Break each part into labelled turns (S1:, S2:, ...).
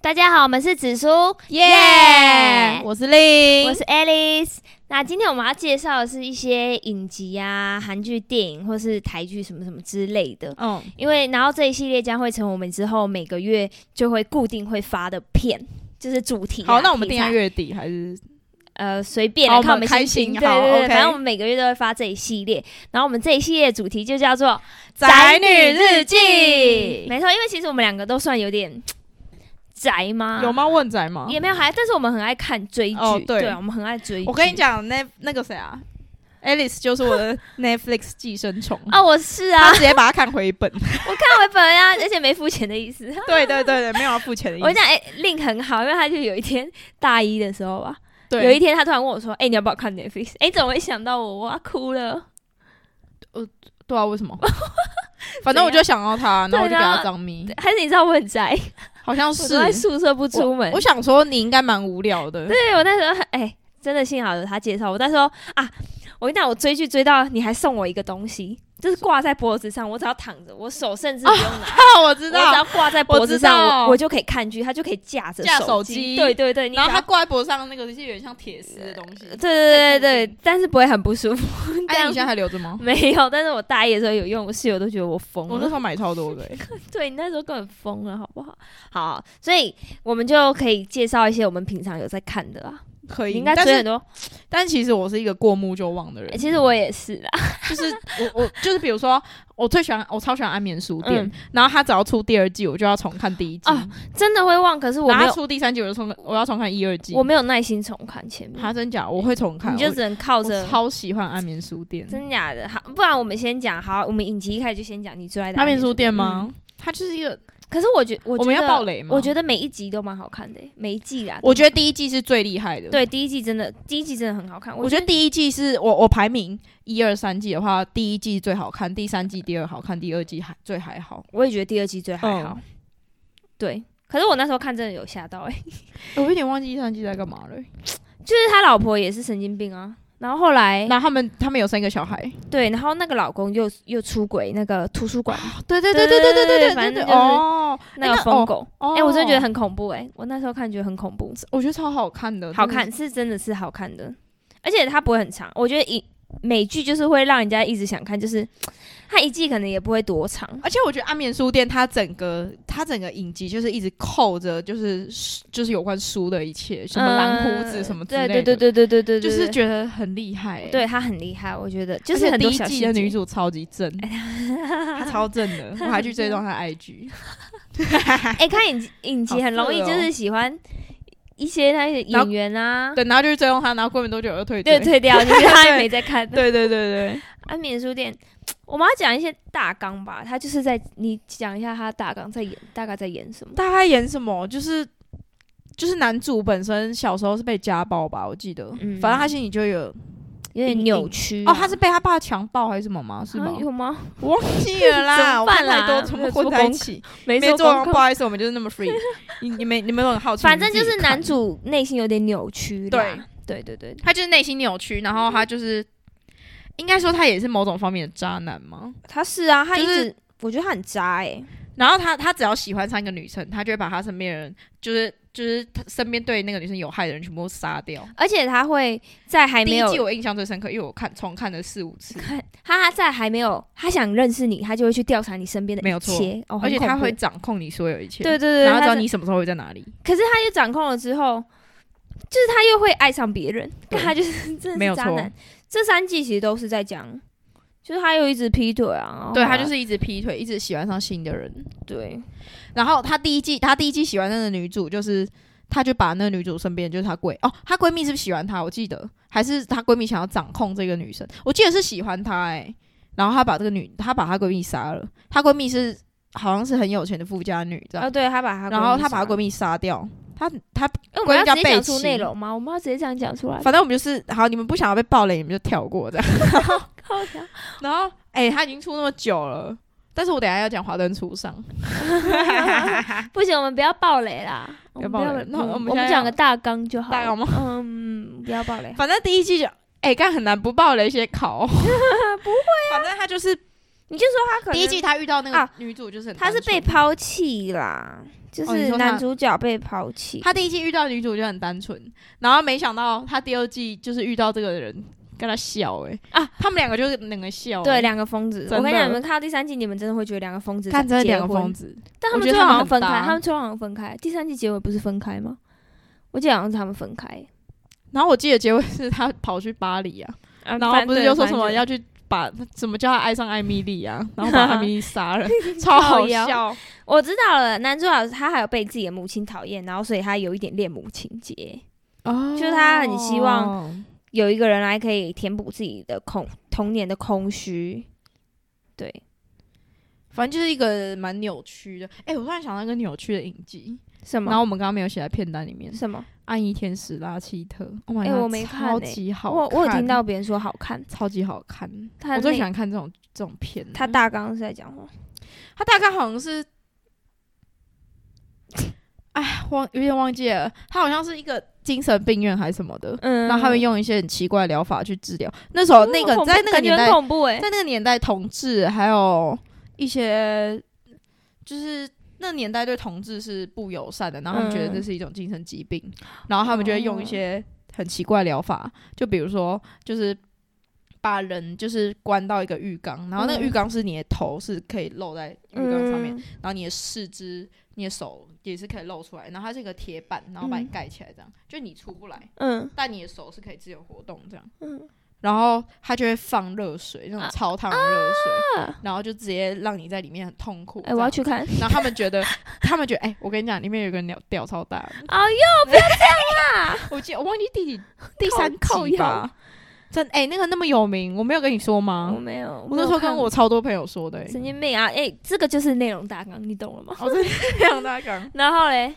S1: 大家好，我们是紫苏，
S2: 耶、
S1: 耶
S2: 我是令，
S1: 我是 Alice。那今天我们要介绍的是一些影集啊、韩剧、电影或是台剧什么什么之类的。
S2: 嗯，
S1: 因为然后这一系列将会成为我们之后每个月就会固定会发的片，就是主题啊、
S2: 好，那我们
S1: 题
S2: 定下
S1: 材
S2: 月底还是
S1: 呃随便
S2: 好
S1: 来看
S2: 我
S1: 我们
S2: 们
S1: 心
S2: 开
S1: 情，
S2: 心
S1: 对
S2: 好
S1: 对对，
S2: ，OK
S1: 反正我们每个月都会发这一系列，然后我们这一系列的主题就叫做没错，因为其实我们两个都算有点宅吗？
S2: 有？吗？问仔吗？
S1: 也没有还，但是我们很爱看追剧、
S2: 哦对
S1: 对啊，我们很爱追剧。
S2: 我跟你讲，那那个谁啊，Alice 就是 我的 Netflix 寄生虫，
S1: 啊，我是啊
S2: 他，直接把它看 回本。
S1: 我看回本啊，而且没付钱的意 思。
S2: 对对对对，没有要付钱的意
S1: 我跟你
S2: 思。
S1: 讲，哎、令很好，因为他就有一天大一的时候吧，
S2: 对，
S1: 有一天他突然问我说：“哎、你要不要看 Netflix？” 哎、怎么会想到我？我要哭 了。
S2: 对啊，为什么？反正我就想到他，然后我就给
S1: 啊对然
S2: 他
S1: 后
S2: 当咪，
S1: 还是你知道我很宅，
S2: 好像
S1: 我
S2: 是
S1: 都。在宿舍不出门。
S2: 我想说你应该蛮无聊的，
S1: 对我那时候很，哎、真的幸好有他介绍。我那时候啊，我跟你讲，我追剧追到你还送我一个东西，就是挂在脖子上，我只要躺着，我手甚至不用拿，
S2: 啊，我知
S1: 我
S2: 道
S1: 只。要挂在脖子
S2: 我知
S1: 上，
S2: 道
S1: 我我就可以看剧，它就可以架着
S2: 架手
S1: 机。
S2: 机
S1: 对对对，你
S2: 然后
S1: 只要
S2: 它挂在脖子上那个是有点像铁丝的东西。
S1: 对对对对，但是不会很不舒服。
S2: 哎，你现在还留着吗？
S1: 没有，但是我大一的时候有用，我室友都觉得我疯
S2: 我那时
S1: 了。
S2: 候买超多的、欸，
S1: 对你那时候根本疯了，好不好？好，所以我们就可以介绍一些我们平常有在看的啊。
S2: 可
S1: 你
S2: 以。
S1: 应该
S2: 但
S1: 追很
S2: 是
S1: 多、
S2: 但其实我是一个过目就忘的人
S1: 哎，其实我也是啦。
S2: 就是我我就是比如说我最喜欢我超喜欢安眠书店，
S1: 嗯
S2: 然后他只要出第二季，我就要重看第一季。
S1: 哦真的会忘，可是我
S2: 然
S1: 没
S2: 后他
S1: 有，
S2: 出第三季，我就重我要重看一二季。
S1: 我没有耐心重看前面，
S2: 他真假？我会重看，
S1: 你就
S2: 我
S1: 只能靠
S2: 我
S1: 着。
S2: 超喜欢安眠书店。
S1: 真假的，好，不然我们先讲，好，我们影集一开始就先讲你最爱的
S2: 安眠书
S1: 书
S2: 店
S1: 嗯
S2: 吗？它就是一个，
S1: 可是我觉我
S2: 我们
S1: 觉
S2: 要
S1: 得
S2: 爆雷吗？
S1: 我觉得每一集都蛮好看的欸，每一季啊，
S2: 我觉得第一季是最厉害的。，
S1: 对第一季真的，第一季真的很好看。
S2: 我
S1: 觉
S2: 觉得第一季是我我排名一二三季的话，第一季最好看，第三季第二好看，第二季还最还好。
S1: 我也觉得第二季最还
S2: 嗯
S1: 好，对。可是我那时候看真的有吓到哎、欸，
S2: 我有点忘记第三季在干嘛了欸。
S1: 就是他老婆也是神经病啊，然后后来
S2: 然后他们他们有生一个小孩。
S1: 对，然后那个老公又又出轨那个图书馆
S2: 对对
S1: 对
S2: 对
S1: 对
S2: 对
S1: 对对对对
S2: 对对对对，
S1: 反正就是
S2: 哦，
S1: 那个
S2: 那
S1: 疯狗，
S2: 哦
S1: 哎、我真的觉得很恐怖哎、我那时候看觉得很恐怖，
S2: 我觉得超好看的，
S1: 好
S2: 真的
S1: 看是真的是好看的，而且它不会很长，我觉得一美剧就是会让人家一直想看，就是它一季可能也不会多长，
S2: 是。而且我觉得《安眠书店》它整个它整个影集就是一直扣着，就是就是有关书的一切，什么蓝胡子
S1: 嗯
S2: 什么之类
S1: 对
S2: 的，
S1: 对对对对对对，对
S2: 就是觉得很厉害、欸。
S1: 对他很厉害，我觉得就
S2: 而且
S1: 是很多
S2: 第一
S1: 小
S2: 季
S1: 细
S2: 的
S1: 节
S2: 女主超级 正，她超正的，我还去追踪她的 IG。
S1: 哎、看影集影集
S2: 好
S1: 很容易
S2: 色
S1: 就
S2: 哦
S1: 是喜欢一些那些
S2: 然后
S1: 演员啊，
S2: 对，然后就去追踪她，然后过没多久又退
S1: 对
S2: 追。
S1: 退掉，就是他也
S2: 对
S1: 没在看。
S2: 对对对对
S1: 安眠书店，我们要讲一些大纲吧，他就是在你讲一下他大纲在演，大概在演什么？
S2: 大概演什么？就是就是男主本身小时候是被家暴吧，我记得，
S1: 嗯
S2: 反正他心里就有
S1: 有点
S2: 影
S1: 扭
S2: 影
S1: 曲
S2: 哦，
S1: 啊
S2: 他是被他爸强暴还是什么吗？是
S1: 啊
S2: 吗？
S1: 有吗？
S2: 我 忘记了啦，
S1: 怎么
S2: 我
S1: 办
S2: 看
S1: 啦
S2: 太多， 怎么混在一起？
S1: 没
S2: 没
S1: 做
S2: 做
S1: 功
S2: 啊，
S1: 课
S2: 不好意思，我们就是那么 free。你你们你们都很好奇，
S1: 反正
S2: 你
S1: 就
S2: 们自己
S1: 是男
S2: 看，
S1: 主内心有点扭曲啦。对对对对，
S2: 他就是内心扭曲，然后他就是应该说他也是某种方面的渣男嘛。
S1: 他是啊，他一
S2: 就是
S1: 直我觉得他很渣
S2: 欸
S1: 哎，
S2: 然后他他只要喜欢上一个女生，他就会把他身边人，就是就是他身边对那个女生有害的人全部都杀掉。
S1: 而且他会在还哎
S2: 第
S1: 没
S2: 一
S1: 有哦
S2: 季我印象最深刻，因为我看重看了四五次，
S1: 他在还没有他想认识你，他就会去调查你身边的
S2: 没
S1: 一
S2: 有错
S1: 切，哦，
S2: 而且他
S1: 很恐怖
S2: 会掌控你所有一切，
S1: 对对对，
S2: 然后知
S1: 他
S2: 道
S1: 是
S2: 你什么时候会在哪里。
S1: 可是他又掌控了之后，就是他又会爱上别人，
S2: 对
S1: 他就是真
S2: 没
S1: 的是
S2: 有
S1: 渣
S2: 错
S1: 男。这三季其实都是在讲，就是他又一直劈腿啊，
S2: 对
S1: 然后
S2: 他就是一直劈腿，一直喜欢上新的人。
S1: 对，
S2: 然后他第一季，他第一季喜欢那个女主，就是他就把那个女主身边就是她闺哦，她闺蜜是不是喜欢她？我记得还是她闺蜜想要掌控这个女生，我记得是喜欢她哎、然后她把这个女，她把她闺蜜杀了，她闺蜜是好像是很有钱的富家女这
S1: 啊
S2: 样，
S1: 对，他把他，
S2: 然后她把她
S1: 他
S2: 闺，蜜杀掉，她她
S1: 哎我们要
S2: 闺蜜叫
S1: 直接讲
S2: 贝
S1: 出
S2: 奇
S1: 内容吗？我们要直接这样讲出来。
S2: 反正我们就是好，你们不想要被暴雷，你们就跳过这样。
S1: 靠墙
S2: 然后哎、她已经出那么久了，但是我等一下要讲华灯初上。
S1: 不行，我们不要暴雷啦，我
S2: 不要
S1: 们
S2: 暴雷
S1: 嗯
S2: 那我
S1: 我
S2: 们现在
S1: 们
S2: 要
S1: 讲个大纲就好。
S2: 大纲吗？
S1: 嗯，不要暴雷。
S2: 反正第一季就哎，刚、很难不爆雷些 考，不会啊。反正他就是
S1: 你就说他可能
S2: 第一季，他遇到那
S1: 啊
S2: 个女主就是很
S1: 他是被
S2: 单纯
S1: 抛弃啦，就
S2: 哦你
S1: 是
S2: 说他
S1: 男主角被抛弃，
S2: 他第一季遇到的女主就很单纯，然后没想到他第二季就是遇到这个人，跟他笑哎、
S1: 啊，
S2: 他们两个就是两个笑、哎
S1: 对，，两个疯子。
S2: 真的
S1: 我跟你讲，你们看到第三季，你们真的会觉得两个疯子
S2: 看真的
S1: 结
S2: 两
S1: 婚
S2: 个疯，子，
S1: 但他
S2: 我
S1: 们
S2: 觉得
S1: 最
S2: 他
S1: 后好
S2: 们
S1: 像
S2: 很
S1: 分开，
S2: 搭
S1: 他们最后好像分开。第三季结尾不是分开吗？我记得好像是他们分开。
S2: 然后我记得结尾是他跑去巴黎啊，
S1: 啊
S2: 然后不是就说什么要去把怎么叫他爱上艾米丽啊，然后把艾米丽杀了， 超好笑。
S1: 我知道了，男主角他还有被自己的母亲讨厌，然后所以他有一点恋母情节，
S2: 哦
S1: 就是他很希望有一个人来可以填补自己的空童年的空虚。对，
S2: 反正就是一个蛮扭曲的。哎、我突然想到一个扭曲的影集，
S1: 什
S2: 然
S1: 么
S2: 后我们刚刚没有写在片单里面，《
S1: 什么？
S2: 暗夜天使拉希特》。Oh my
S1: 哎
S2: god，、
S1: 我没看
S2: 超
S1: 哎
S2: 级好
S1: 我我有
S2: 看
S1: 听到别人说好看，
S2: 超级好看。
S1: 他
S2: 我最
S1: 那
S2: 喜欢看这种这种片了。
S1: 他大纲是在讲什么？
S2: 他大概好像是， 哎，忘有点忘记了，他好像是一个精神病院还是什么的，
S1: 嗯哦
S2: 然后他们用一些很奇怪的疗法去治疗。那时候那个在那个年代，在
S1: 恐怖哎、
S2: 那个年代同志还有一些就是。那年代对同志是不友善的，然后他们觉得
S1: 嗯哦
S2: 这是一种精神疾病，然后他们就会用一些很奇怪的疗法，就比如说，就是把人就是关到一个浴缸，然后那个
S1: 嗯
S2: 浴缸是你的头是可以露在浴缸上面，
S1: 嗯
S2: 然后你的四肢、你的手也是可以露出来，然后它是一个铁板，然后把你
S1: 嗯
S2: 盖起来，这样、就你出不来，
S1: 嗯
S2: 但你的手是可以自由活动这样。
S1: 嗯，
S2: 然后它就会放热水，那种
S1: 啊
S2: 超烫的热水，
S1: 啊
S2: 然后就直接让你在里面很痛苦。
S1: 哎、我要
S2: 这
S1: 去
S2: 样。
S1: 看。
S2: 然后他们觉得， 他们觉得，哎、我跟你讲，里面有一个鸟屌超大的，
S1: 哎呦，
S2: 我记得我忘记第 几第三
S1: 靠
S2: 季吧。真哎、那个那么有名，我没有跟你说吗
S1: 我？没有，
S2: 啊我那时候
S1: 没有看
S2: 跟我超多朋友说的、欸。
S1: 神经病啊！哎、这个就是内容大纲，你懂了吗？
S2: 哦，真的非常大 纲
S1: 然后嘞，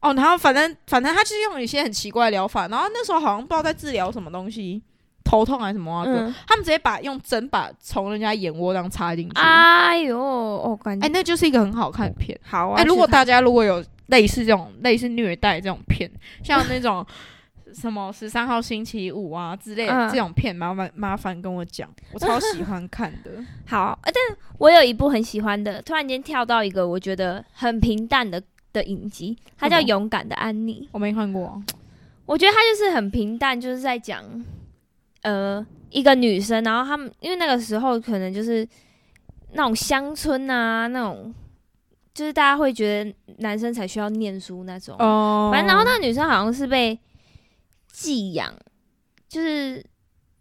S2: 哦，然后反正反正他就是用一些很奇怪的疗法，然后那时候好像不知道在治疗什么东西，头痛还是什么啊、
S1: 嗯，
S2: 他们直接把用针把从人家眼窝这样插进去。哎、
S1: 哎呦，哦，感觉、
S2: 那就是一个很好看的片。
S1: 好啊。
S2: 哎、如果
S1: 去看
S2: 大家如果有类似这种类似虐待这种片，像那 种什么十三号星期五啊之类的
S1: 嗯
S2: 这种片，麻烦麻烦跟我讲，我超喜欢看的。
S1: 好，哎但我有一部很喜欢的，突然间跳到一个我觉得很平淡的的影集，它叫《
S2: 什么
S1: 勇敢的安妮》。
S2: 我没看过，
S1: 我觉得他就是很平淡，就是在讲，呃，一个女生，然后他们因为那个时候可能就是那种乡村啊，那种就是大家会觉得男生才需要念书那种。
S2: 哦
S1: 反正然后那个女生好像是被寄养，就是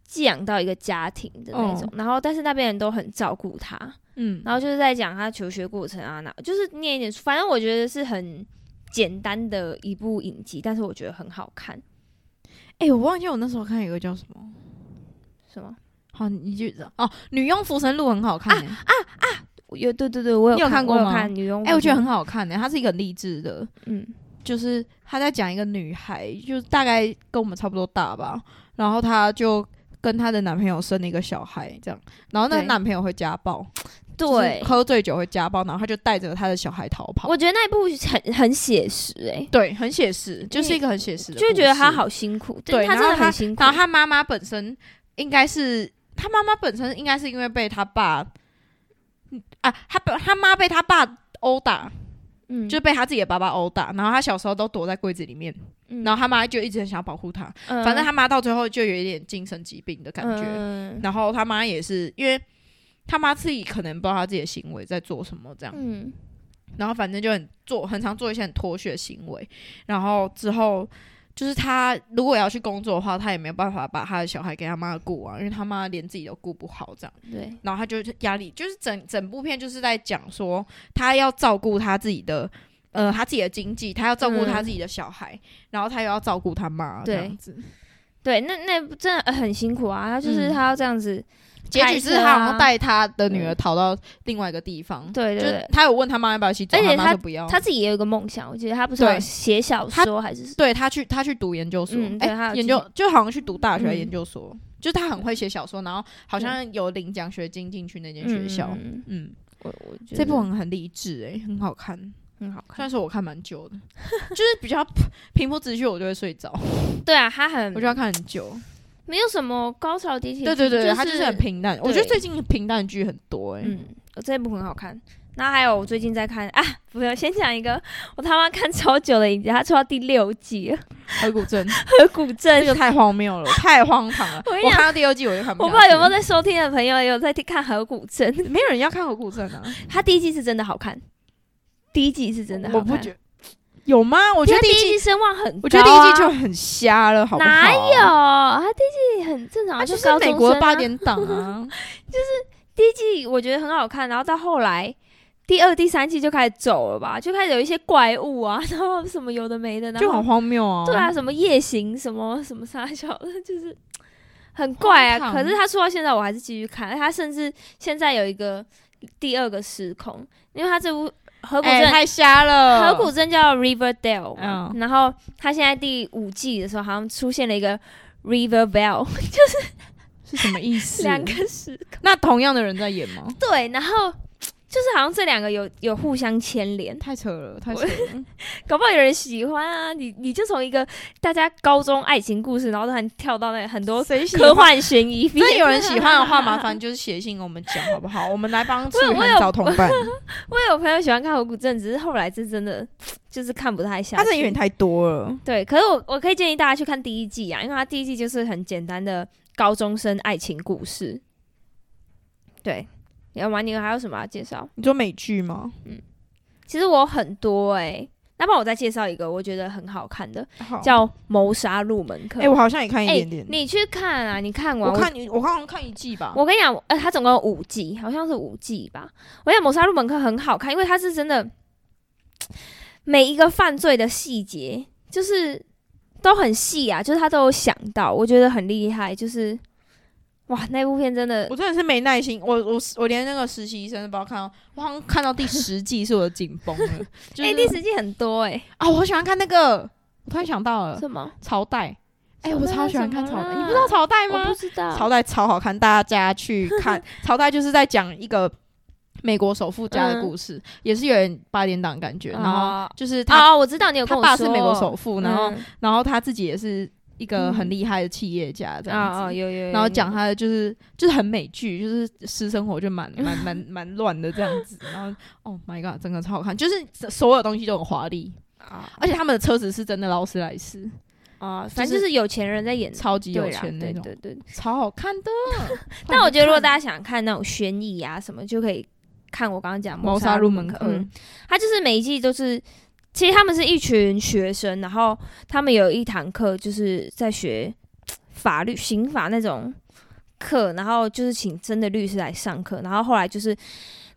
S1: 寄养到一个家庭的那种，然后但是那边人都很照顾她，
S2: 嗯，
S1: 然后就是在讲她求学过程啊，那就是念一点书，反正我觉得是很简单的一部影集，但是我觉得很好看。
S2: 哎、我忘记我那时候看有一个叫什么，
S1: 什么？
S2: 好，你就哦，《女佣浮生录》很好看、欸，哎、
S1: 我有对对对，我有
S2: 你有看过
S1: 我有
S2: 吗哎
S1: 看女佣，
S2: 欸我觉得很好看的、它是一个很励志的，
S1: 嗯，
S2: 就是他在讲一个女孩，就是大概跟我们差不多大吧，然后她就跟她的男朋友生了一个小孩，这样，然后那个
S1: 对
S2: 男朋友会家暴，
S1: 对
S2: 就是，喝醉酒会家暴，然后她就带着她的小孩逃跑
S1: 我，觉得那一部很很写实哎、
S2: 对，很写实，就是一个很写实的，
S1: 就会觉得她。好辛苦，
S2: 对，
S1: 她
S2: 然后
S1: 真的
S2: 他
S1: 很辛苦，
S2: 然后他妈妈本身应该是，他妈妈本身应该是因为被他爸，啊，他本他妈被他爸殴打，
S1: 嗯
S2: 就是被他自己的爸爸殴打。然后他小时候都躲在柜子里面，
S1: 嗯
S2: 然后他妈就一直很想保护他。
S1: 嗯
S2: 反正他妈到最后就有一点精神疾病的感觉。
S1: 嗯
S2: 然后他妈也是因为。他妈自己可能不知道他自己的行为在做什么，这样，
S1: 嗯
S2: 然后反正就很做，很常做一些很脱序的行为，然后之后就是他如果要去工作的话，他也没有办法把他的小孩给他妈顾啊，因为他妈连自己都顾不好这样，
S1: 对，
S2: 然后他就压力，就是整整部片就是在讲说他要照顾他自己的。呃，他自己的经济，他要照顾他自己的小孩，然后他又要照顾他妈，这
S1: 嗯对
S2: 样子。
S1: 对，那那部真的很辛苦啊，她就是
S2: 嗯
S1: 她要这样子，
S2: 结局是
S1: 开车
S2: 他
S1: 啊
S2: 好像带他的女儿逃到另外一个地方，
S1: 对对
S2: 就是
S1: 对，
S2: 他有问他妈要不要一起走，
S1: 而且
S2: 他妈
S1: 他
S2: 说不要。
S1: 她自己也有一个梦想，我记得她不是
S2: 对
S1: 有写小说还是什
S2: 对他去他去读研究所，
S1: 嗯
S2: 哎、
S1: 对他有
S2: 研
S1: 继
S2: 究就好像去读大学还
S1: 嗯
S2: 研究所，就是他很会写小说，然后好像有领奖学金进去那间
S1: 么
S2: 学校。嗯
S1: 嗯我我觉得
S2: 这部很很励志哎、很好看。
S1: 欸很好
S2: 虽
S1: 看
S2: 然，说我看蛮 久的，就是比较 平铺直叙，我就会睡着，
S1: 对啊，她很
S2: 我就要看很久。
S1: 没有什么高潮迭起剧，
S2: 对对对，
S1: 是
S2: 它就是很平淡。我觉得
S1: 对
S2: 最近平淡剧很多哎、
S1: 嗯呃嗯，我这部很好看，然后还有我最近在看啊，不要先讲一个，我他妈看超久的影集，它出到第六季了，
S2: 河谷镇，
S1: 《河谷镇
S2: 这》个太荒谬了，太荒唐 了。
S1: 我跟你
S2: 我
S1: 讲
S2: 看到第二季我就看
S1: 我不知
S2: 下
S1: 道
S2: 去
S1: 有没有在收听的朋友有在听看《河谷镇》，
S2: 没有人要看河谷镇啊，
S1: 它第一季是真的好看，第一季是真的好
S2: 我
S1: 看，
S2: 不觉有吗？我
S1: 我
S2: 觉得第
S1: 第
S2: 一季，
S1: 季声望很高、啊，啊
S2: 我觉得第一季就很瞎了，好不好？
S1: 哪有？它第一季很正常，
S2: 它就是
S1: 高中
S2: 美国
S1: 生啊
S2: 八点 档啊，
S1: 第一季我觉得很好看，然后到后来第二、第三季就开始走了吧，就开始有一些怪物啊， 然后什么有的没的，然
S2: 就
S1: 后
S2: 很荒谬啊。
S1: 对啊，，什么夜行什么什么啥小的，就是很怪
S2: 荒
S1: 啊。
S2: 唐
S1: 可是他出到现在，我还是继续看，而且他甚至现在有一个第二个时空，因为他这部河谷
S2: 哎，
S1: 镇。
S2: 太瞎 了。
S1: 河谷镇叫 Riverdale，嘛、
S2: 嗯
S1: 然后他现在第五季的时候，好像出现了一个 Rivervale，
S2: 是什么意思？
S1: 两个时空。
S2: 那同样的人在演吗？
S1: 对，然后就是好像这两个有有互相牵连，
S2: 太扯了，太扯 了。
S1: 搞不好有人喜欢啊！你你就从一个大家高中爱情故事，然后突然跳到那很多
S2: 谁喜
S1: 科
S2: 欢？
S1: 幻悬疑片。
S2: 啊那有人喜欢 的话，麻烦就是写信跟我们讲好不好？我们来帮楚
S1: 我有
S2: 涵
S1: 我有
S2: 找同 伴，
S1: 我有朋友喜欢看河谷镇，只是后来是真的就是看不太下
S2: 他
S1: 去。
S2: 这有点太多了。
S1: 对，可是我我可以建议大家去看第一季啊，因为它第一季就是很简单的高中生爱情故事。对，要玩你还有什么要介绍？
S2: 你说美剧吗？
S1: 其实我有很多哎、那帮我再介绍一个我觉得很好看的，
S2: 好
S1: 叫《谋杀入门课》
S2: 哎，我好像也看一
S1: 哎
S2: 点点。
S1: 你去看啊，你看完
S2: 我看你，我好像看一季吧。
S1: 我跟你讲，呃，它总共有五季，好像是五季吧。我跟你讲，《谋杀入门课》很好看，因为它是真的每一个犯罪的细节，就是都很细啊，就是他都有想到，我觉得很厉害。就是哇，那部片真的
S2: 我真的是没耐心，我我我连那个实习医生都不知道看到，我好像看 到第十季是我的紧绷了。 就
S1: 哎、
S2: 是、
S1: 第十季很多哎、
S2: 啊，我好喜欢看那个，我突然想到了
S1: 什么？
S2: 朝代，哎、
S1: 朝代
S2: 我超喜欢看朝
S1: 什
S2: 代，
S1: 么啦
S2: 你不知道朝代
S1: 我不
S2: 吗？
S1: 知道。
S2: 朝代超好看，大家去看 朝代，就是在讲一个美国首富
S1: 嗯
S2: 家的故事，也是有点八点档感觉，然后
S1: 啊
S2: 就是他、
S1: 啊，我知道你有跟
S2: 他
S1: 我
S2: 爸
S1: 说，
S2: 是美国首富，然后、
S1: 嗯
S2: 然后他自己也是一个很厉害的企业家这样子。
S1: 啊啊有有有有，
S2: 然后讲他的就是就是很美剧，就是私生活就蛮蛮蛮蛮乱的这样子。然后，Oh my god，真的超好看，就是所有东西都很华丽，
S1: 啊
S2: 而且他们的车子是真的劳斯莱斯，
S1: 啊，反正就是有钱人在演的。
S2: 超级有
S1: 对啦
S2: 钱那
S1: 对
S2: 种，
S1: 对对，。
S2: 超好看的
S1: 但我觉得，如果大家想看那种悬疑啊什么，就可以看我刚刚讲《
S2: 谋杀
S1: 杀
S2: 入门
S1: 门
S2: 课，
S1: 嗯，他就是每一季都是，其实他们是一群学生，然后他们有一堂课就是在学法律、刑法那种课，然后就是请真的律师来上课，然后后来就是。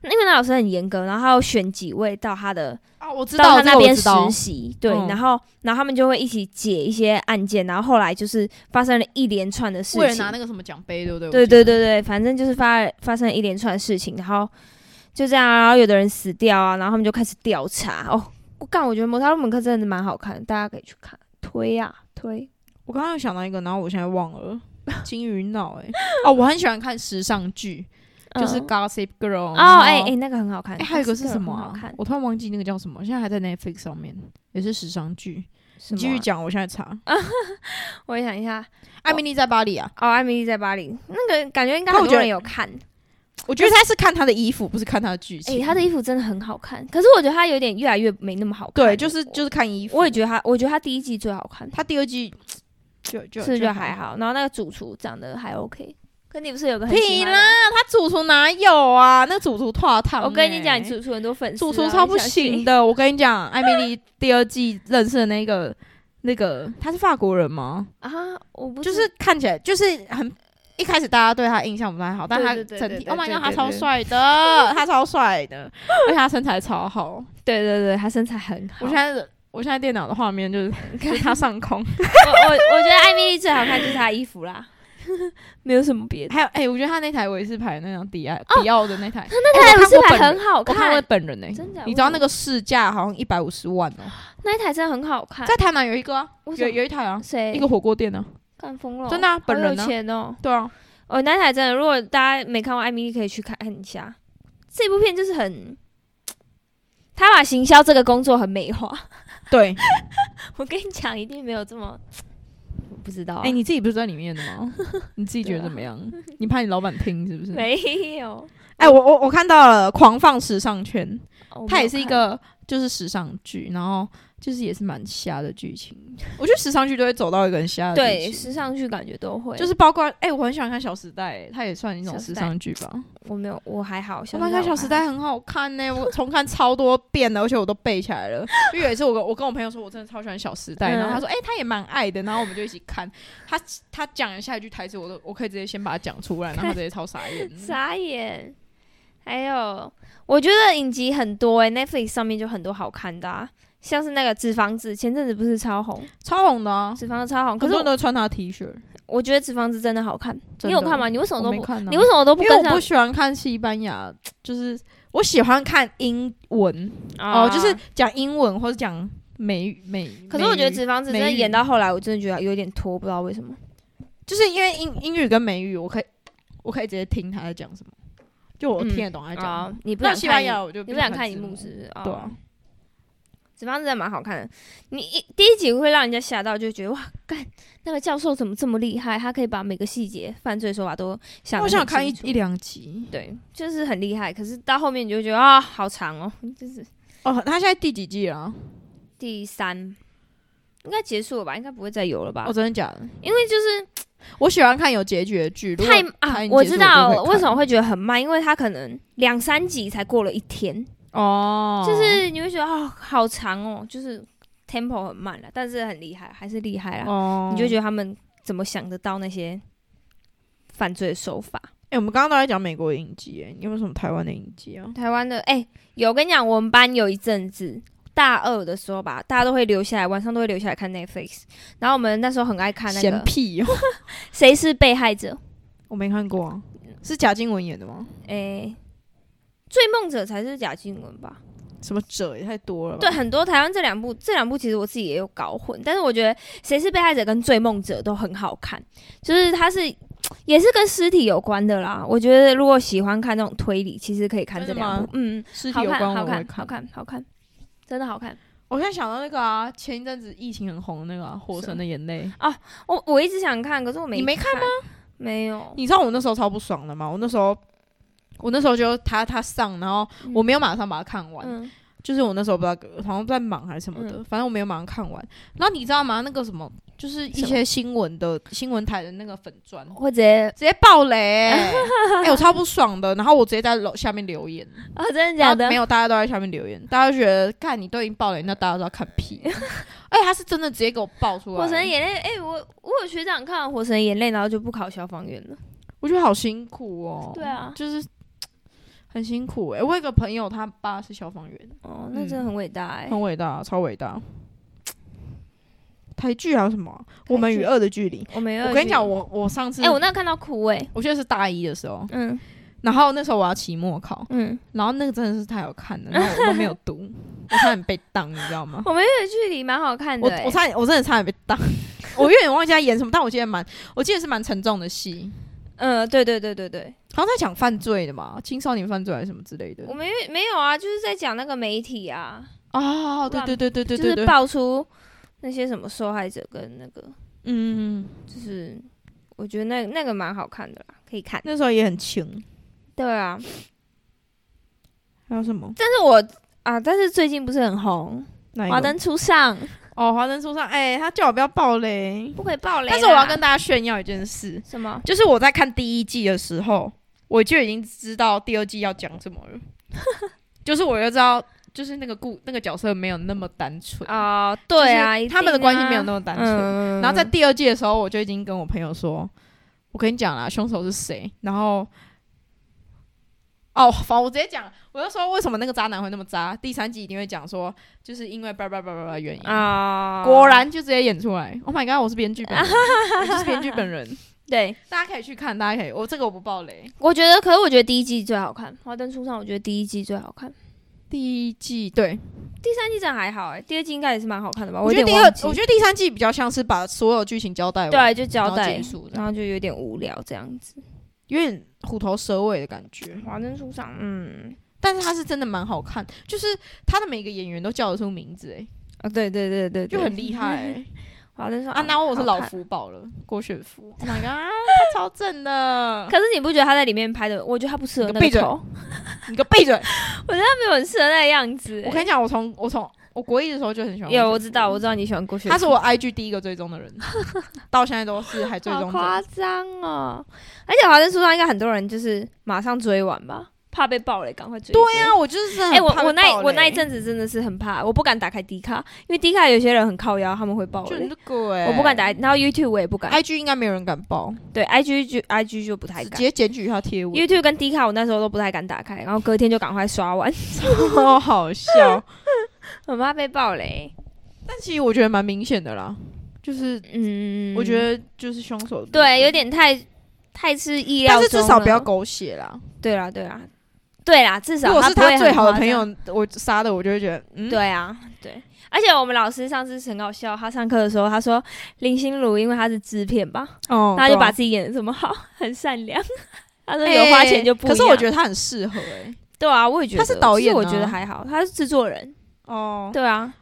S1: 因为那老师很严格，然后他要选几位到他的
S2: 啊，我知
S1: 到
S2: 道
S1: 他
S2: 这
S1: 那
S2: 个我
S1: 边
S2: 知
S1: 实
S2: 道
S1: 习，对，
S2: 嗯
S1: 然后然后他们就会一起解一些案件，然后后来就是发生了一连串的事情，
S2: 为了拿那个什么奖杯，对不对？
S1: 对对对对，反正就是发发生了一连串的事情，然后就这样啊，然后有的人死掉啊，然后他们就开始调查。哦，我干，我觉得《摩擦入门课》真的蛮好看的，大家可以去看，推啊推。
S2: 我刚刚有想到一个，然后我现在忘 了。金鱼脑哎、哦，我很喜欢看时尚剧，就是
S1: 嗯
S2: Gossip Girl 然
S1: 哦，
S2: 后
S1: 哎哎，那个很好看。
S2: 哎、还有一个是
S1: Gossip Girl
S2: 什么、
S1: 很好
S2: 啊
S1: 看？，
S2: 我突然忘记那个叫什么，现在还在 Netflix 上面，也是时尚剧。
S1: 什
S2: 你
S1: 么
S2: 继续
S1: 啊，
S2: 讲，我现在查。
S1: 我也想一下。
S2: 艾米丽在巴黎啊，
S1: 哦，艾米丽在巴黎，那个感觉应该
S2: 但我
S1: 很
S2: 觉
S1: 多
S2: 得
S1: 人有看。
S2: 我觉得他是看她的衣服，不是看她的剧
S1: 哎，
S2: 情。
S1: 她的衣服真的很好看，可是我觉得她有点越来越没那么好看。
S2: 对，就是就是看衣服。
S1: 我也觉得她，我觉得她第一季最好看。
S2: 他第二季就就是
S1: 就还。好，然后那个主厨长得还 OK，可你不是有个很喜
S2: 屁
S1: 欢
S2: 啦，他主厨哪有啊？那主厨拓烫、
S1: 我跟你讲，你主厨很多粉丝啊，
S2: 主厨哎超
S1: 你
S2: 不
S1: 相信
S2: 行。的。我跟你讲，艾米丽第二季认识的那个那个，他是法国人吗？
S1: 啊！我不
S2: 就是看起来就是很。一开始大家对他印象不太好，但他
S1: 对对对
S2: 整
S1: 对
S2: 体
S1: 对
S2: ，Oh my
S1: 对
S2: god，
S1: 对
S2: 他超
S1: 对
S2: 帅 的，他超帅的，而且他身材超好。
S1: 对对对，他身材很好。
S2: 我现在的我现在电脑的画面 就是就是他上空，
S1: 我我我觉得艾米丽最好看就是她的衣服啦，没有什么别的。
S2: 还有哎，我觉得他那台维斯牌那张迪奥迪奥哦的那台，
S1: 那台不是
S2: 我看过
S1: 还
S2: 本人
S1: 很好
S2: 我看过
S1: 看，
S2: 本人呢、欸
S1: 真假的啊
S2: 你知道那个市价好像一百五十万哦、
S1: 那一台真的很好看。
S2: 在台南有一个、啊，
S1: 为什
S2: 有
S1: 么
S2: 有一台啊，
S1: 谁
S2: 一个火锅店呢、
S1: 干疯了？
S2: 真的啊本人
S1: 好
S2: 啊
S1: 有钱哦。
S2: 对啊，
S1: 哦，那台真的，如果大家没看过艾米丽，可以去看看一下。这部片就是很，他把行销这个工作很美化。
S2: 对，
S1: 我跟你讲，一定没有这么不知道啊、
S2: 哎、你自己不是在里面的 吗？你自己觉得怎么样？你怕你老板听是不是？
S1: 没有，
S2: 哎、我我我看到了《狂放时尚圈》，
S1: 我
S2: 它
S1: 哦没
S2: 也
S1: 有
S2: 是一
S1: 看
S2: 个就是时尚剧，然后就是也是蛮瞎的剧情。我觉得时尚剧都会走到一个很瞎的
S1: 对
S2: 地
S1: 时尚剧感觉都会，
S2: 就是包括哎、我很喜欢看《小时代》，它也算一种
S1: 小
S2: 时
S1: 时代
S2: 尚剧吧。
S1: 我没有，我还好。
S2: 我
S1: 小
S2: 发现《
S1: 我
S2: 小
S1: 还
S2: 时
S1: 好
S2: 代》很好看呢、我重看超多遍的，而且我都背起来了。就有一次我跟我跟我朋友说，我真的超喜欢《小时代》，
S1: 嗯
S2: 然后他说，哎、他也蛮爱的，然后我们就一起看。他他讲了下一句台词，我都我可以直接先把它讲出来，然后他直接超傻眼。
S1: 傻眼。还有，我觉得影集很多诶、n e t f l i x 上面就很多好看的、啊，像是那个《脂肪子》，前阵子不是超红，
S2: 超红的啊
S1: 《脂肪子》超红。可
S2: 很
S1: 是
S2: 多人
S1: 我
S2: 都穿他的 T 恤，
S1: 我觉得《脂肪子》真的好看，
S2: 真
S1: 你有
S2: 的
S1: 看吗？你为什么
S2: 我
S1: 都
S2: 没
S1: 不？
S2: 看、啊。
S1: 你为什么都不
S2: 因为
S1: 跟
S2: 我
S1: 上
S2: 不？喜欢看西班牙，就是我喜欢看英文哦，就是
S1: 啊。
S2: 讲英文或者讲美语美。
S1: 可是我觉得《
S2: 美语
S1: 脂肪子》真
S2: 美
S1: 的
S2: 语
S1: 演到后来，我真的觉得有点拖，不知道为什么。
S2: 就是因为英英语跟美语，我可以我可以直接听他在讲什么，就我
S1: 嗯
S2: 听得懂他在讲什
S1: 啊
S2: 么。，
S1: 你不
S2: 那
S1: 想
S2: 西班
S1: 看
S2: 牙我就
S1: 你不想看
S2: 字
S1: 荧
S2: 幕
S1: 幕是不是？哦
S2: 对啊，
S1: 脂肪真的蛮好看的。你一第一集会让人家吓到，就觉得哇，干那个教授怎么这么厉害？他可以把每个细节、犯罪手法都想。
S2: 我想看一一，两集
S1: 对，就是很厉害。可是到后面你就觉得啊，好长哦，就是
S2: 哦，他现在第几季了？啊
S1: 第三应该结束了吧？应该不会再有了吧？
S2: 哦，真的假的？
S1: 因为就是
S2: 我喜欢看有结局的剧，如果
S1: 太
S2: 它已
S1: 啊，
S2: 经
S1: 我
S2: 结
S1: 知
S2: 束我
S1: 道
S2: 就会看
S1: 为什么会觉得很慢，因为他可能两三集才过了一天，
S2: 哦，
S1: 就是你会觉得哦，好长哦，就是 tempo 很慢了，但是很厉害，还是厉害啦。
S2: 哦，
S1: 你就觉
S2: 得
S1: 得他们怎么想得到那些犯罪手法？
S2: 哎，我们刚刚都在讲美国的影集，哎，你有没有什么台湾的影集啊？
S1: 台湾的哎、有跟你讲，我们班有一阵子大二的时候吧，大家都会留下来，晚上都会留下来看 Netflix。然后我们那时候很爱看那
S2: 嫌
S1: 个
S2: 屁哦，
S1: 谁是被害者？
S2: 我没看过啊，是贾静雯演的吗？
S1: 哎、追梦者才是贾静雯吧？
S2: 什么者也太多了吧？
S1: 对，很多台湾这两部，这两部其实我自己也有搞混，但是我觉得《谁是被害者》跟《追梦者》都很好看，就是它是也是跟尸体有关的啦。我觉得如果喜欢看那种推理，其实可以看这
S2: 真的吗
S1: 两部，嗯，
S2: 尸体
S1: 好
S2: 有
S1: 看，
S2: 关我
S1: 好
S2: 也会
S1: 看，好看，好看，真的好看。
S2: 我现在想到那个啊，前一阵子疫情很红的那个、啊《火
S1: 是
S2: 神的眼泪》，
S1: 我我一直想看，可是我没
S2: 你没看
S1: 吗？没有，
S2: 你知道我那时候超不爽的吗？我那时候，我那时候就他他上，然后我没有马上把它看完，
S1: 嗯，
S2: 就是我那时候不知道好像在忙还是什么的，反正我没有马上看完。然后你知道吗？那个什么，就是一
S1: 什么
S2: 些新闻的新闻台的那个粉砖。
S1: 或 者啊，
S2: 直接爆雷、 欸，哎、我超不爽的。然后我直接在楼下面留言，
S1: 哦真的
S2: 然
S1: 假
S2: 后
S1: 的？
S2: 啊没有，大家都在下面留言，大家就觉得，看你都已经爆雷，那大家都要看 屁。哎、他是真的直接给我爆出来，
S1: 火神的眼泪，哎、我我有学长看完《火神的眼泪》，然后就不考消防员了。
S2: 我觉得好辛苦哦。
S1: 对啊
S2: 就是很辛苦哎、我有一个朋友，他爸是消防员，
S1: 哦，那
S2: 嗯
S1: 真的很伟大哎、
S2: 很伟大，超伟大。台剧还有什么啊、我们
S1: 台剧
S2: 与恶的距离》？
S1: 我没有，
S2: 我跟你讲，，我我上次，
S1: 哎、我那个看到哭哎、
S2: 我记得是大一的时候，
S1: 嗯
S2: 然后那时候我要期末考，
S1: 嗯，
S2: 然后那个真的是太好看了，然后我都没有读， 我差点被当，你知道吗？
S1: 我们有距离蛮好看的、
S2: 我
S1: 哎
S2: 我差点，我真的差点被当。 我有点忘记他演什么，但我记得蛮，我记得是蛮沉重的戏，
S1: 嗯，对对对对对，
S2: 好像在讲犯罪的嘛，青少年犯罪还是什么之类的
S1: 我。没没有啊，就是在讲那个媒体啊，
S2: 哦，对对对对对对
S1: 就
S2: 对
S1: 是，爆出那些什么受害者跟那个，
S2: 嗯，
S1: 就是我觉得那那个蛮好看的啦，可以看。
S2: 那时候也很轻。
S1: 对啊，
S2: 还有什么？
S1: 但是我啊，但是最近不是很红，
S2: 哪
S1: 《
S2: 一
S1: 华
S2: 个？
S1: 灯初上》
S2: 哦，华灯初上。哎、他叫我不要爆雷，
S1: 不可以爆雷啦。
S2: 但是我要跟大家炫耀一件事，
S1: 什么？
S2: 就是我在看第一季的时候，我就已经知道第二季要讲什么 了，就是我就知道，就是那个故那个角色没有那么单纯，
S1: 哦，对啊，
S2: 就是
S1: 一
S2: 他们的
S1: 定
S2: 关系没有
S1: 啊
S2: 那么单纯。
S1: 嗯，
S2: 然后在第二季的时候，我就已经跟我朋友说，我跟你讲啦，凶手是谁。然后，哦，反我直接讲，我就说为什么那个渣男会那么渣。第三季一定会讲说，就是因为叭叭叭叭叭原因。
S1: 啊，
S2: 果然就直接演出来，Oh my god！我是编剧 本人，我就是编剧本人，
S1: 对，
S2: 大家可以去看，大家可以，我这个我不爆雷。
S1: 我觉得，可是我觉得第一季最好看，《华灯初上》我觉得第一季最好看，
S2: 第一季对，
S1: 第三季真的还好哎、第二季应该也是蛮好看的吧？
S2: 哦我觉
S1: 有
S2: 得第
S1: 点
S2: 二
S1: 忘记，
S2: 我觉得第三季比较像是把所有剧情交代完，
S1: 对，啊就交
S2: 然后
S1: 代
S2: 结，束
S1: 然
S2: 的，
S1: 后就有点无聊这样子。
S2: 有点虎头蛇尾的感觉。
S1: 华灯初上，嗯，
S2: 但是他是真的蛮好看，就是他的每个演员都叫得出名字、欸，
S1: 啊，对对对对，
S2: 就
S1: 对
S2: 很厉害、欸。
S1: 然后就说
S2: 啊，那我是老。
S1: 好看
S2: 福宝了，郭雪芙，Oh my god，他超正的，
S1: 可是你不觉得他在里面拍的？我觉得他不适合那个
S2: 你个闭嘴
S1: 头，
S2: 你个闭嘴！
S1: 他没有很适合那个样子、
S2: 我跟你讲，我从我从我国一的时候就很喜欢，
S1: 有我知道，我知道你喜欢郭雪芙，
S2: 他是我 IG 第一个追踪的人， 到现在都是还追
S1: 好
S2: 踪
S1: 夸
S2: 着。
S1: 张哦！而且华灯初上应该很多人就是马上追完吧，怕被爆雷，赶快追。
S2: 对啊，我就是
S1: 哎、
S2: 哎、
S1: 我我那我那一阵子真的是很怕，我不敢打开 D 卡，因为 D 卡有些人很靠腰，他们会爆
S2: 就你
S1: 雷
S2: 这，个哎、
S1: 我不敢打。然后 YouTube 我也不敢，
S2: IG 应该没有人敢报，
S1: 对 IG 就 IG 就不太
S2: 直
S1: 敢。
S2: 接检举一下贴文，
S1: YouTube 跟 D 卡我那时候都不太敢打开，然后隔天就赶快刷完，
S2: 超 好笑。
S1: 很怕被爆雷。
S2: 但其实我觉得蛮明显的啦，就是、
S1: 嗯，
S2: 我觉得就是凶手的部分
S1: 对，有，点太太是意料
S2: 但
S1: 中
S2: 是
S1: 了，
S2: 至少不要狗血啦。
S1: 对啦，对啦，对啦，至少
S2: 如果是
S1: 不会
S2: 他最
S1: 很
S2: 好的
S1: 夸
S2: 朋
S1: 张
S2: 友，我杀的，我就会觉得嗯，
S1: 对啊，对。而且我们老师上次很搞笑，他上课的时候他说林心如因为她是制片吧，
S2: 哦
S1: 那他就
S2: 对啊
S1: 把自己演的这么好， 很善良。他说
S2: 哎
S1: 有花钱就不一
S2: 可
S1: 样、
S2: 是我觉得他很适合哎、
S1: 对啊，我也觉得
S2: 他是导演
S1: 其实我觉得
S2: 啊
S1: 还好，他是制作人。
S2: 哦，
S1: 对啊，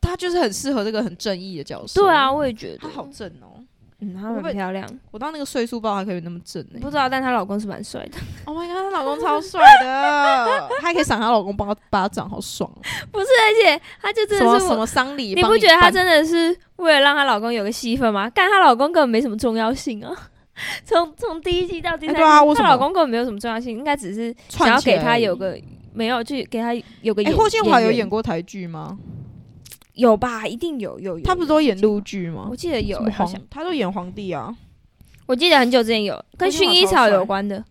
S2: 他就是很适合这个很正义的角色。
S1: 对啊，，我也觉
S2: 他
S1: 得。
S2: 好正哦。
S1: 嗯，她
S2: 我
S1: 很
S2: 会
S1: 漂亮，
S2: 我到那个岁数不知道他可以那么正哎、
S1: 不知道，但她老公是蛮帅 的。
S2: Oh my god，她老公超帅的，她还可以赏她老公巴巴掌，好爽哦！
S1: 不是，而且她就真
S2: 什
S1: 的
S2: 么
S1: 是
S2: 什
S1: 我，
S2: 么丧礼，
S1: 你
S2: 帮
S1: 不觉得她
S2: 办
S1: 真的是为了让她老公有个戏份吗？但她老公根本没什么重要性啊。 从从第一季到第
S2: 哎
S1: 三季，
S2: 对啊为什
S1: 她
S2: 么
S1: 老公根本没有什么重要性，应该只是
S2: 串
S1: 想要
S2: 起
S1: 给
S2: 来
S1: 他
S2: 而已
S1: 有？个没有，就给他有个
S2: 哎，
S1: 演。
S2: 霍建华有演
S1: 员
S2: 过台剧吗？
S1: 有吧？一定有有有。
S2: 他不是都演陆剧吗
S1: 我？记得有、
S2: 什么
S1: 欸，好像
S2: 皇，他都演皇帝啊。
S1: 我记得很久之前有跟薰衣草有关的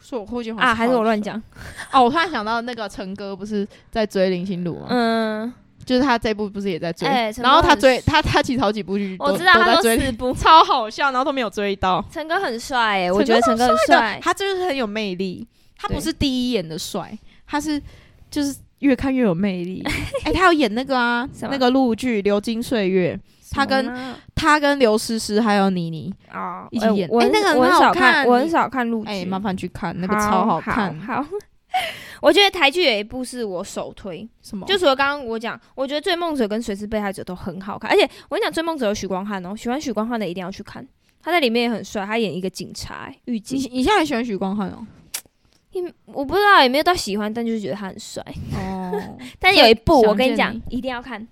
S2: 说我霍建华
S1: 啊，还是我乱
S2: 讲？
S1: 讲？
S2: 哦，我突然想到那个陈哥不是在追林心如吗？
S1: 嗯，
S2: 就是他这部不是也在追
S1: 哎，陈哥
S2: 然后他
S1: 很
S2: 追他他其实好几部剧都
S1: 我知道
S2: 都
S1: 他
S2: 在
S1: 说
S2: 追，
S1: 四 部，
S2: 超好笑，然后都没有追到。
S1: 陈哥很帅哎、我觉得陈哥很帅，
S2: 他就是很有魅力。他不
S1: 对
S2: 是第一眼的帅，他是就是越看越有 魅力。哎、他有演那个啊，
S1: 什么
S2: 那个陆剧《流金岁月》，他跟
S1: 什么呢
S2: 他跟刘诗诗还有倪妮。
S1: 啊
S2: 一起
S1: 哎
S2: 演
S1: 我
S2: 哎
S1: 很
S2: 那个很
S1: 我很
S2: 好
S1: 少
S2: 看
S1: 我
S2: 你
S1: 很少看陆
S2: 哎、
S1: 剧，
S2: 麻烦去看那个超
S1: 好
S2: 看。
S1: 好， 好我觉得台剧有一部是我首推，
S2: 什么？
S1: 就除了刚刚我讲，我觉得《追梦者》跟《谁是被害者》都很好看，而且我跟你讲，《追梦者》有许光汉哦，喜欢许光汉的一定要去看，他在里面也很帅，他演一个警察、欸狱
S2: 你
S1: 警，
S2: 你现在还喜欢许光汉哦？
S1: 因我不知道有没有到喜欢，但就是觉得他很帅。
S2: 哦，
S1: 但有一部我跟你
S2: 想
S1: 讲
S2: 见，
S1: 一定要看，《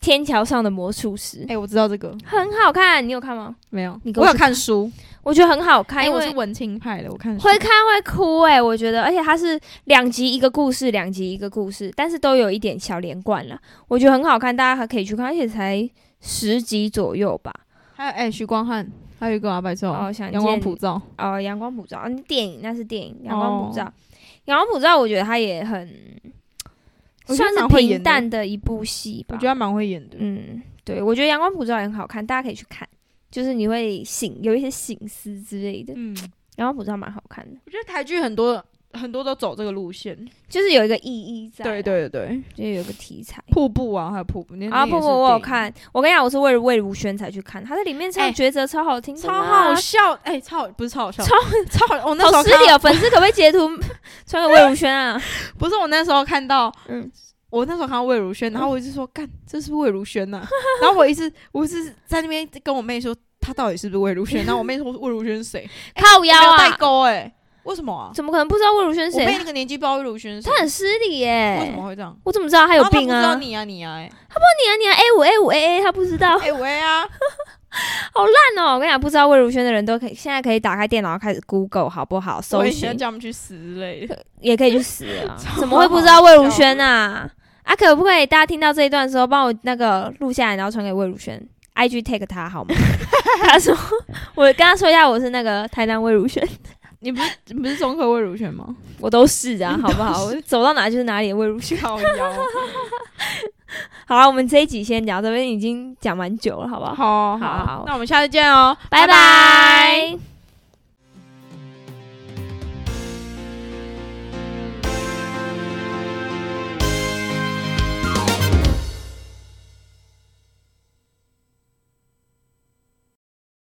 S1: 天桥上的魔术师
S2: 哎、》我知道这个
S1: 很好看，你有看吗？
S2: 没有，
S1: 你给
S2: 我
S1: 我
S2: 有看书，
S1: 我觉得很好看，
S2: 哎、
S1: 因
S2: 我
S1: 为
S2: 是文青派的，我看书
S1: 会看会哭哎、我觉得，而且它是两集一个故事，两集一个故事，但是都有一点小连贯了，我觉得很好看，大家还可以去看，而且才十集左右吧。
S2: 还有哎，许、光汉，还有一个啊，白昼
S1: 哦想
S2: 阳光
S1: 见
S2: 普照，
S1: 哦，阳光普照，嗯电影那是电影，阳光普
S2: 哦
S1: 照，阳、光普照，我觉得它也很
S2: 我觉
S1: 算是
S2: 得蛮会
S1: 平
S2: 演的，
S1: 淡的一部戏吧。
S2: 我觉得他蛮会演的。
S1: 嗯，对，我觉得阳光普照也很好看，大家可以去看，就是你会醒有一些醒思之类的。
S2: 嗯，
S1: 阳光普照蛮好看的，
S2: 我觉得台剧很多很多都走这个路线。
S1: 就是有一个意义在，
S2: 对，对对，
S1: 就是有一个题材。
S2: 瀑布啊，还有瀑布，那
S1: 啊，
S2: 那也
S1: 不不，
S2: 是
S1: 我有
S2: 电影，
S1: 看，我跟你讲，我是为了魏如萱才去看，她在里面唱
S2: 哎
S1: 《抉择》超好听的
S2: 超
S1: 啦，
S2: 好笑，哎，超好不是超好笑，
S1: 超
S2: 超好，我那时
S1: 好
S2: 候
S1: 失
S2: 看
S1: 礼
S2: 到
S1: 哦，粉丝可不可以截图传给魏如萱啊？
S2: 不是我那时候看到，
S1: 嗯
S2: 嗯。我那时候看到魏如萱，然后我一直说干，这是魏如萱呐、啊 然后我一直我一直在那边跟我妹说，她到底是不是魏 如萱？然后我妹说魏如萱是谁？
S1: 靠腰
S2: 没有代
S1: 啊，
S2: 沟哎、为什么啊？
S1: 怎么可能不知道魏如萱是
S2: 我妹
S1: 谁
S2: 那？个年纪不知道魏如萱是谁
S1: 她，很失礼
S2: 为什
S1: 耶，
S2: 么会这样？
S1: 我怎么知道她有病
S2: 然后她
S1: 啊？
S2: 不知道
S1: 你
S2: 你啊你啊、欸，
S1: 啊你啊，A 五 A 五 A A，她不知道。
S2: 哎、喂啊，
S1: 看哦，我跟你讲，不知道魏如萱的人都可以，现在可以打开电脑开始 Google 好不好？ 搜
S2: 我以前
S1: 寻
S2: 叫他们去死之类的。
S1: 也可以去死啊！
S2: 超
S1: 怎么会不知道魏如萱啊？啊，可不可以大家听到这一段的时候，帮我那个录下来，然后传给魏如萱，IG take 她好吗？ 他说，我跟他说一下，我是那个台南魏如萱，
S2: 你不是你不是中科魏如萱吗？
S1: 我都是啊，好不好？我走到哪就是哪里的魏如萱。
S2: 靠腰，
S1: 好了，我们这一集先讲到这边，已经讲蛮久了，好不好？
S2: 好好
S1: 好
S2: 那我们下次见哦，
S1: 拜拜